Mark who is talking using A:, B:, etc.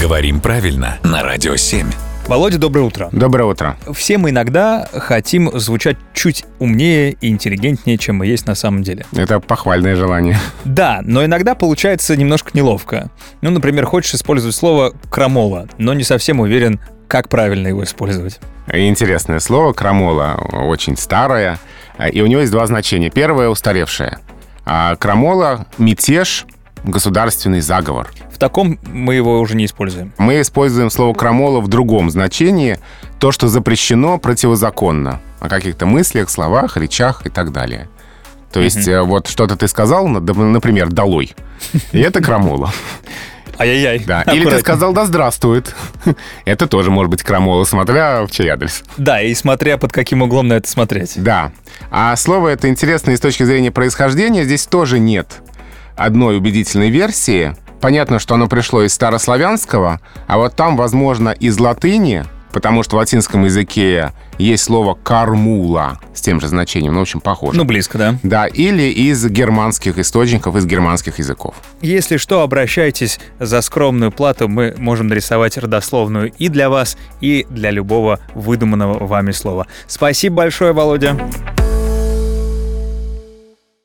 A: Говорим правильно на Радио 7.
B: Володя, доброе утро.
C: Доброе утро.
B: Все мы иногда хотим звучать чуть умнее и интеллигентнее, чем мы есть на самом деле.
C: Это похвальное желание.
B: Да, но иногда получается немножко неловко. Ну, например, хочешь использовать слово «крамола», но не совсем уверен, как правильно его использовать.
C: Интересное слово «крамола», очень старое, и у него есть два значения. Первое — устаревшее. А крамола — мятеж, государственный заговор.
B: В таком мы его уже не используем.
C: Мы используем слово «крамола» в другом значении. То, что запрещено, противозаконно. О каких-то мыслях, словах, речах и так далее. То есть э, вот что-то ты сказал, на- да, например, «долой». И это крамола.
B: Ай-яй-яй.
C: Да. Или ты
B: Аккуратнее.
C: сказал «да здравствует». Это тоже может быть крамола, смотря в чей адрес.
B: Да, и смотря под каким углом на это смотреть.
C: Да. А слово это интересно и с точки зрения происхождения. Здесь тоже нет одной убедительной версии. Понятно, что оно пришло из старославянского, а вот там, возможно, из латыни, потому что в латинском языке есть слово «кармула» с тем же значением, ну, в общем, похоже.
B: Ну, близко, да.
C: Да, или из германских источников, из германских языков.
B: Если что, обращайтесь. За скромную плату мы можем нарисовать родословную и для вас, и для любого выдуманного вами слова. Спасибо большое, Володя.